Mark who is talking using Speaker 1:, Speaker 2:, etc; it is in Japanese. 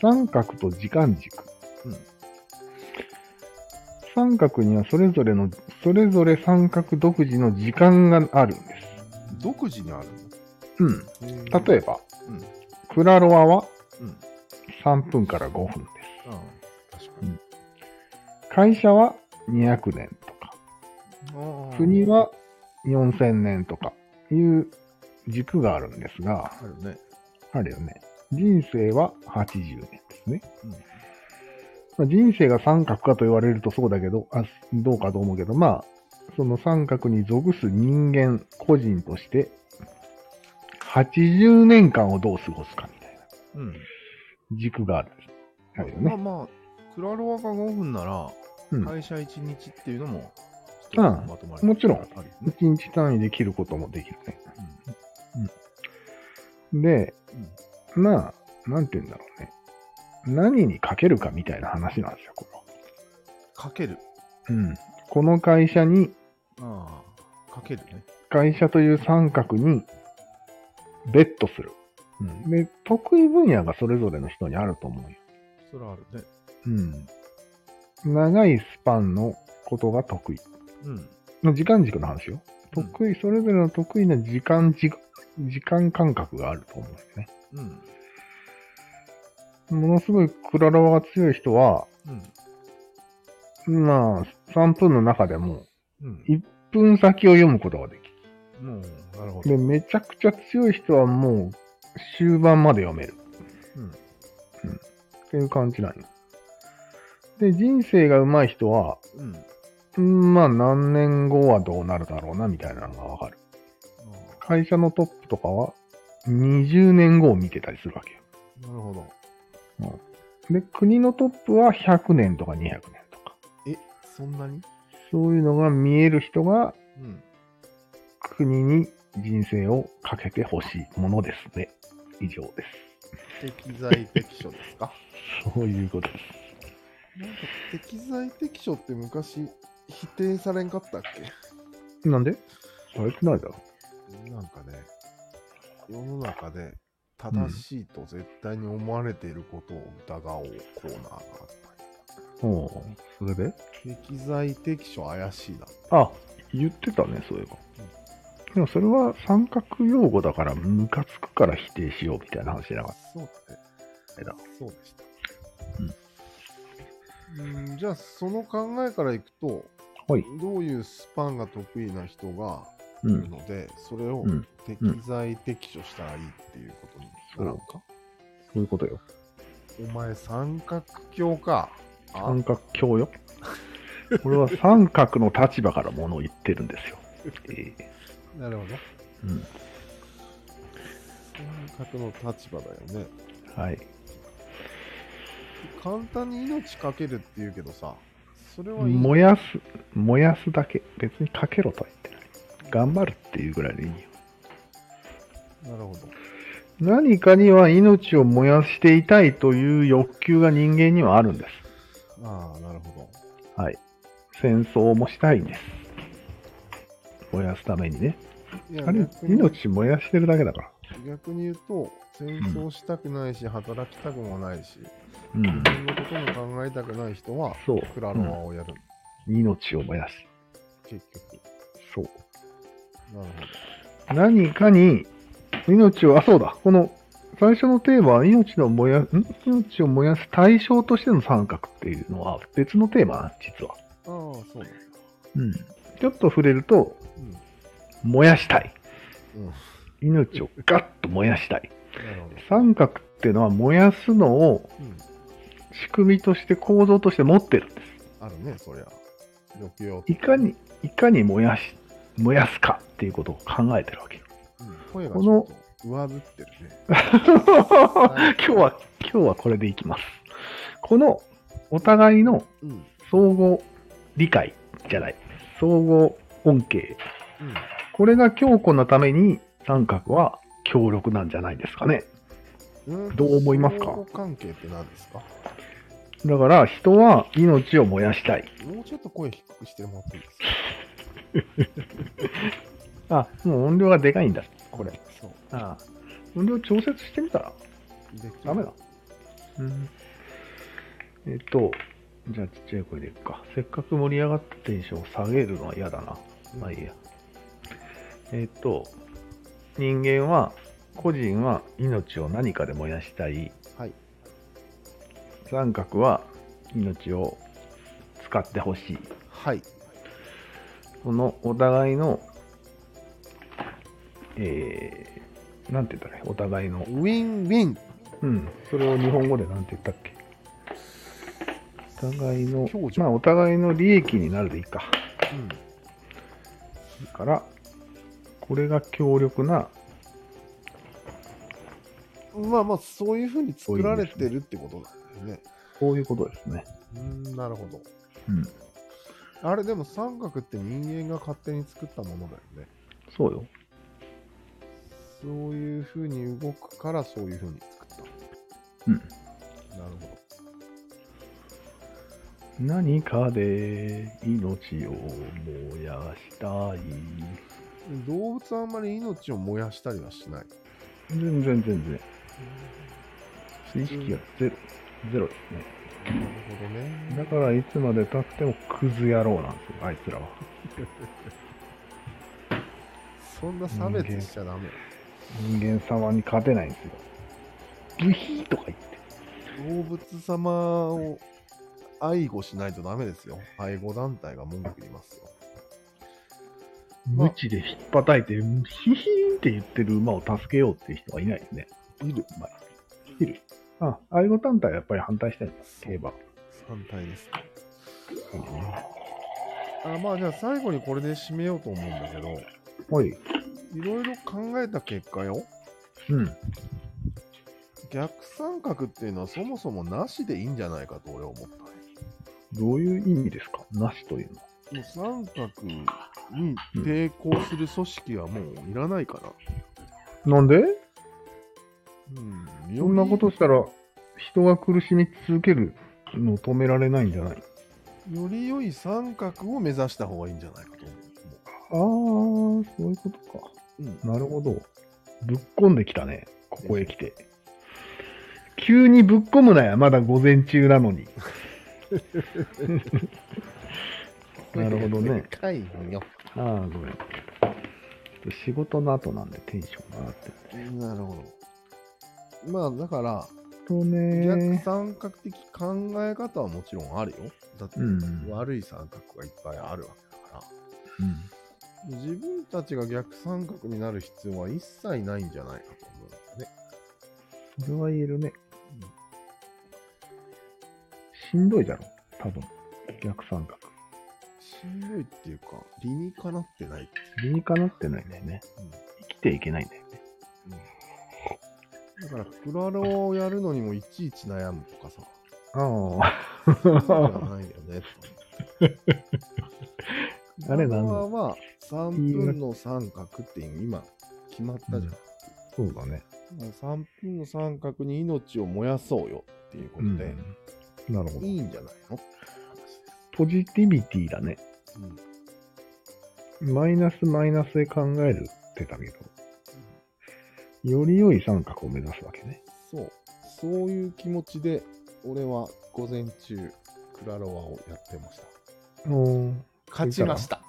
Speaker 1: 三角と時間軸。
Speaker 2: うん
Speaker 1: 三角にはそれぞれの、それぞれ三角独自の時間があるんです。
Speaker 2: 独自にある
Speaker 1: うん。
Speaker 2: の
Speaker 1: 例え
Speaker 2: ば。
Speaker 1: ば、
Speaker 2: うん
Speaker 1: クラロワは
Speaker 2: うん。うん。
Speaker 1: 3分から5分で
Speaker 2: 確かに。
Speaker 1: す。会社は200年とか、
Speaker 2: あー
Speaker 1: 国は4000年とかいう軸があるんですが、
Speaker 2: あるね。
Speaker 1: あるよね。人生は80年ですね。
Speaker 2: うん
Speaker 1: まあ、人生が三角かと言われるとそうだけど、あどうかと思うけど、まあ、その三角に属す人間、個人として、80年間をどう過ごすかみたいな
Speaker 2: うん。
Speaker 1: 軸があるんです。あるよ
Speaker 2: まあ
Speaker 1: ね。
Speaker 2: まあ、クラロワが5分なら、
Speaker 1: うん
Speaker 2: 会社1日っていうのも、一つ
Speaker 1: うん
Speaker 2: まとまり
Speaker 1: もちろん
Speaker 2: ありね
Speaker 1: 1日単位で切ることもできるね。で、まあ、なんて言うんだろうね。何にかけるかみたいな話なんですよ、これは。
Speaker 2: かける。
Speaker 1: うん。この会社に
Speaker 2: ああ、かけるね。
Speaker 1: 会社という三角にベットする。
Speaker 2: うん。
Speaker 1: で、得意分野がそれぞれの人にあると思うよ。
Speaker 2: それはあるね。
Speaker 1: うん。長いスパンのことが得意。
Speaker 2: うん。
Speaker 1: 時間軸の話よ。得意、それぞれの得意な時間軸、時間感覚があると思うんですね。
Speaker 2: うん。
Speaker 1: ものすごいクララワが強い人は、
Speaker 2: うん。
Speaker 1: まあ、3分の中でも
Speaker 2: うん。
Speaker 1: 1分先を読むことができ
Speaker 2: もう、なるほ
Speaker 1: る。で、
Speaker 2: ど。
Speaker 1: めちゃくちゃ強い人はもう終盤まで読める。
Speaker 2: うん。
Speaker 1: っていう感じなんよ。で、人生が上手い人は、
Speaker 2: うん。
Speaker 1: うんまあ何年後はどうなるだろうな、みたいなのがわかる。
Speaker 2: あ
Speaker 1: 会社のトップとかは、20年後を見てたりするわけよ。
Speaker 2: ーなるほど。
Speaker 1: で、国のトップは100年とか200年とか。
Speaker 2: え、そんなに
Speaker 1: そういうのが見える人が、
Speaker 2: うん。
Speaker 1: 国に人生をかけてほしいものですね。以上で
Speaker 2: 適材適所ですか
Speaker 1: す。そういうことです。
Speaker 2: なんか適材適所って昔否定されんかったっ
Speaker 1: なんでされてないだろ。
Speaker 2: けなんかね、世の中で正しいと絶対に思われていることを疑おうコーナーがあった
Speaker 1: おうそれで
Speaker 2: り、適材適所怪しいな。
Speaker 1: あ、言ってたね、そういえば。でもそれは三角用語だから、ムカつくから否定しようみたいな話じゃなかっ
Speaker 2: そうだね。
Speaker 1: たな
Speaker 2: そうでした。うん、じゃあその考えからいくと、
Speaker 1: はい。
Speaker 2: どういうスパンが得意な人が
Speaker 1: う
Speaker 2: いる
Speaker 1: ん。
Speaker 2: ので、それを
Speaker 1: うん
Speaker 2: 適材適所したらいいっていうことになるのか、
Speaker 1: そういうことよ。
Speaker 2: お前三角形か。あ
Speaker 1: 三角教よ。これは三角の立場からものを言ってるんですよ。ええ
Speaker 2: なるほど。
Speaker 1: うん
Speaker 2: 三角の立場だよね。
Speaker 1: はい。
Speaker 2: 簡単に命かけるって言うけどさ、それはいい。
Speaker 1: 燃やす、燃やすだけ。別にかけろとは言ってない。頑張るっていうぐらいでいいよ。
Speaker 2: なるほど。
Speaker 1: 何かには命を燃やしていたいという欲求が人間にはあるんです。
Speaker 2: ああ、なるほ
Speaker 1: はい。戦争もしたいんです。燃やすためにね。
Speaker 2: ど。いや
Speaker 1: あれ、
Speaker 2: 逆に
Speaker 1: 命燃やしてるだけだから。
Speaker 2: 逆に言うと、戦争したくないし、働きたくもないし、
Speaker 1: うん
Speaker 2: 自分のことも考えたくない人は、
Speaker 1: そう。
Speaker 2: クラロワをやる。
Speaker 1: うん命を燃やす。
Speaker 2: 結局。
Speaker 1: そう。
Speaker 2: なる
Speaker 1: 何かに命を、あ、そうだ。この最初のテーマは命の燃や、ん命を燃やす対象としての三角っていうのは別のテーマな、実は。
Speaker 2: ほど。ああ、そうだ。
Speaker 1: うん。ちょっと触れると、
Speaker 2: うん。
Speaker 1: 燃やしたい。
Speaker 2: うん。
Speaker 1: 命をガッと燃やしたい。
Speaker 2: なるほど。
Speaker 1: 三角っていうのは燃やすのを
Speaker 2: うん。
Speaker 1: 仕組みとして構造として持ってるんです。
Speaker 2: あるね、そりゃ。よくよ。
Speaker 1: いかに、いかに燃やし、燃やすかっていうことを考えてるわけよ。
Speaker 2: うん、声が
Speaker 1: こ
Speaker 2: ちょ
Speaker 1: の
Speaker 2: っと上ぶってるね。
Speaker 1: 今日は、今日はこれでいきます。この、お互いの
Speaker 2: うん。うん。
Speaker 1: 総合理解じゃない。総合恩恵。これが強固なために三角は強力なんじゃないですかね。
Speaker 2: うん
Speaker 1: どう思いますか
Speaker 2: 相互関係って何ですか
Speaker 1: だから人は命を燃やしたい。
Speaker 2: もうちょっと声低くしてもらっていいですか
Speaker 1: あ、もう音量がでかいんだ。これ。
Speaker 2: そう。
Speaker 1: ああ音量調節してみたら
Speaker 2: できる
Speaker 1: ダメだ。うんえっと、じゃあちっちゃい声でいくか。せっかく盛り上がったテンションを下げるのは嫌だな。まあいいや。えっと、人間は、個人は命を何かで燃やしたい。
Speaker 2: はい。
Speaker 1: 三角は命を使ってほしい。
Speaker 2: はい。
Speaker 1: このお互いの、えー、なんて言ったらいいお互いの、
Speaker 2: ウィンウィン。
Speaker 1: うん、それを日本語でなんて言ったっけお互いの
Speaker 2: 共、助
Speaker 1: まあお互いの利益になるでいいか。
Speaker 2: うん。
Speaker 1: だから、これが強力な、
Speaker 2: まあまあ、そういうふうに作られてるってことなんだよね。
Speaker 1: こういうことですね。
Speaker 2: うん、なるほど。
Speaker 1: うん。
Speaker 2: あれ、でも三角って人間が勝手に作ったものだよね。
Speaker 1: そうよ。
Speaker 2: そういうふうに動くから、そういうふうに作った。
Speaker 1: うん。
Speaker 2: なるほ
Speaker 1: 何かで命を燃やしたい。
Speaker 2: ど。動物はあんまり命を燃やしたりはしない。
Speaker 1: 全然全然。意識がゼロ。ゼロですね。
Speaker 2: なるほどね。
Speaker 1: だからいつまで経ってもクズ野郎なんですよ、あいつらは。
Speaker 2: そんな差別しちゃダメ。
Speaker 1: 人間様に勝てないんですよ。ブヒーとか言って。
Speaker 2: 動物様を愛護しないとダメですよ。愛護団体が文句言いますよ。
Speaker 1: 無知でひっぱたいて、ヒヒーンって言ってる馬を助けようっていう人はいないですね。
Speaker 2: いる。
Speaker 1: まあ、いる。あ、愛護単体はやっぱり反対してるんだ、競馬。
Speaker 2: 反対です。あまあじゃあ最後にこれで締めようと思うんだけど、
Speaker 1: はい。
Speaker 2: いろいろ考えた結果よ、
Speaker 1: うん。
Speaker 2: 逆三角っていうのはそもそもなしでいいんじゃないかと俺は思ったね。
Speaker 1: どういう意味ですかなしというのは。
Speaker 2: もう三角に抵抗する組織はもういらないから。
Speaker 1: なんで
Speaker 2: うん、
Speaker 1: そんなことしたら、人が苦しみ続けるのを止められないんじゃない
Speaker 2: より良い三角を目指した方がいいんじゃないかと
Speaker 1: あ
Speaker 2: 思
Speaker 1: あ、そういうことか。
Speaker 2: う。うん、
Speaker 1: なるほど。ぶっこんできたね。ここへ来て。急にぶっ込むなや。まだ午前中なのに。なるほどね。
Speaker 2: 深いんよ。
Speaker 1: ああ、ごめん。仕事の後なんでテンション上がってる。
Speaker 2: なるほど。まあだから、
Speaker 1: と
Speaker 2: 逆
Speaker 1: ね。
Speaker 2: 三角的考え方はもちろんあるよ。だって
Speaker 1: うん
Speaker 2: 悪い三角がいっぱいあるわけだから。
Speaker 1: うん
Speaker 2: 自分たちが逆三角になる必要は一切ないんじゃないかと思うんだよね。
Speaker 1: それは言えるね。しんどいだろ。多分。逆三角。
Speaker 2: しんどいっていうか、理にかなってない。
Speaker 1: 理にかなってないんだよね。生きていけないんだよね。
Speaker 2: だから、クラロをやるのにもいちいち悩むとかさ、
Speaker 1: あ
Speaker 2: そうじゃないよね。
Speaker 1: あれなんだ
Speaker 2: クラロワは3分の三角って今決まったじゃん。
Speaker 1: あ、そうだね。
Speaker 2: 3分の三角に命を燃やそうよっていうこ
Speaker 1: う
Speaker 2: と
Speaker 1: ん。
Speaker 2: で、
Speaker 1: なるほど。
Speaker 2: いいんじゃないの
Speaker 1: ポジティビティだね。
Speaker 2: うん
Speaker 1: マイナスマイナスで考えるってだけど、より良い三角を目指すわけね。
Speaker 2: そう。そういう気持ちで、俺は午前中、クラロワをやってました。
Speaker 1: おー
Speaker 2: 勝ちました。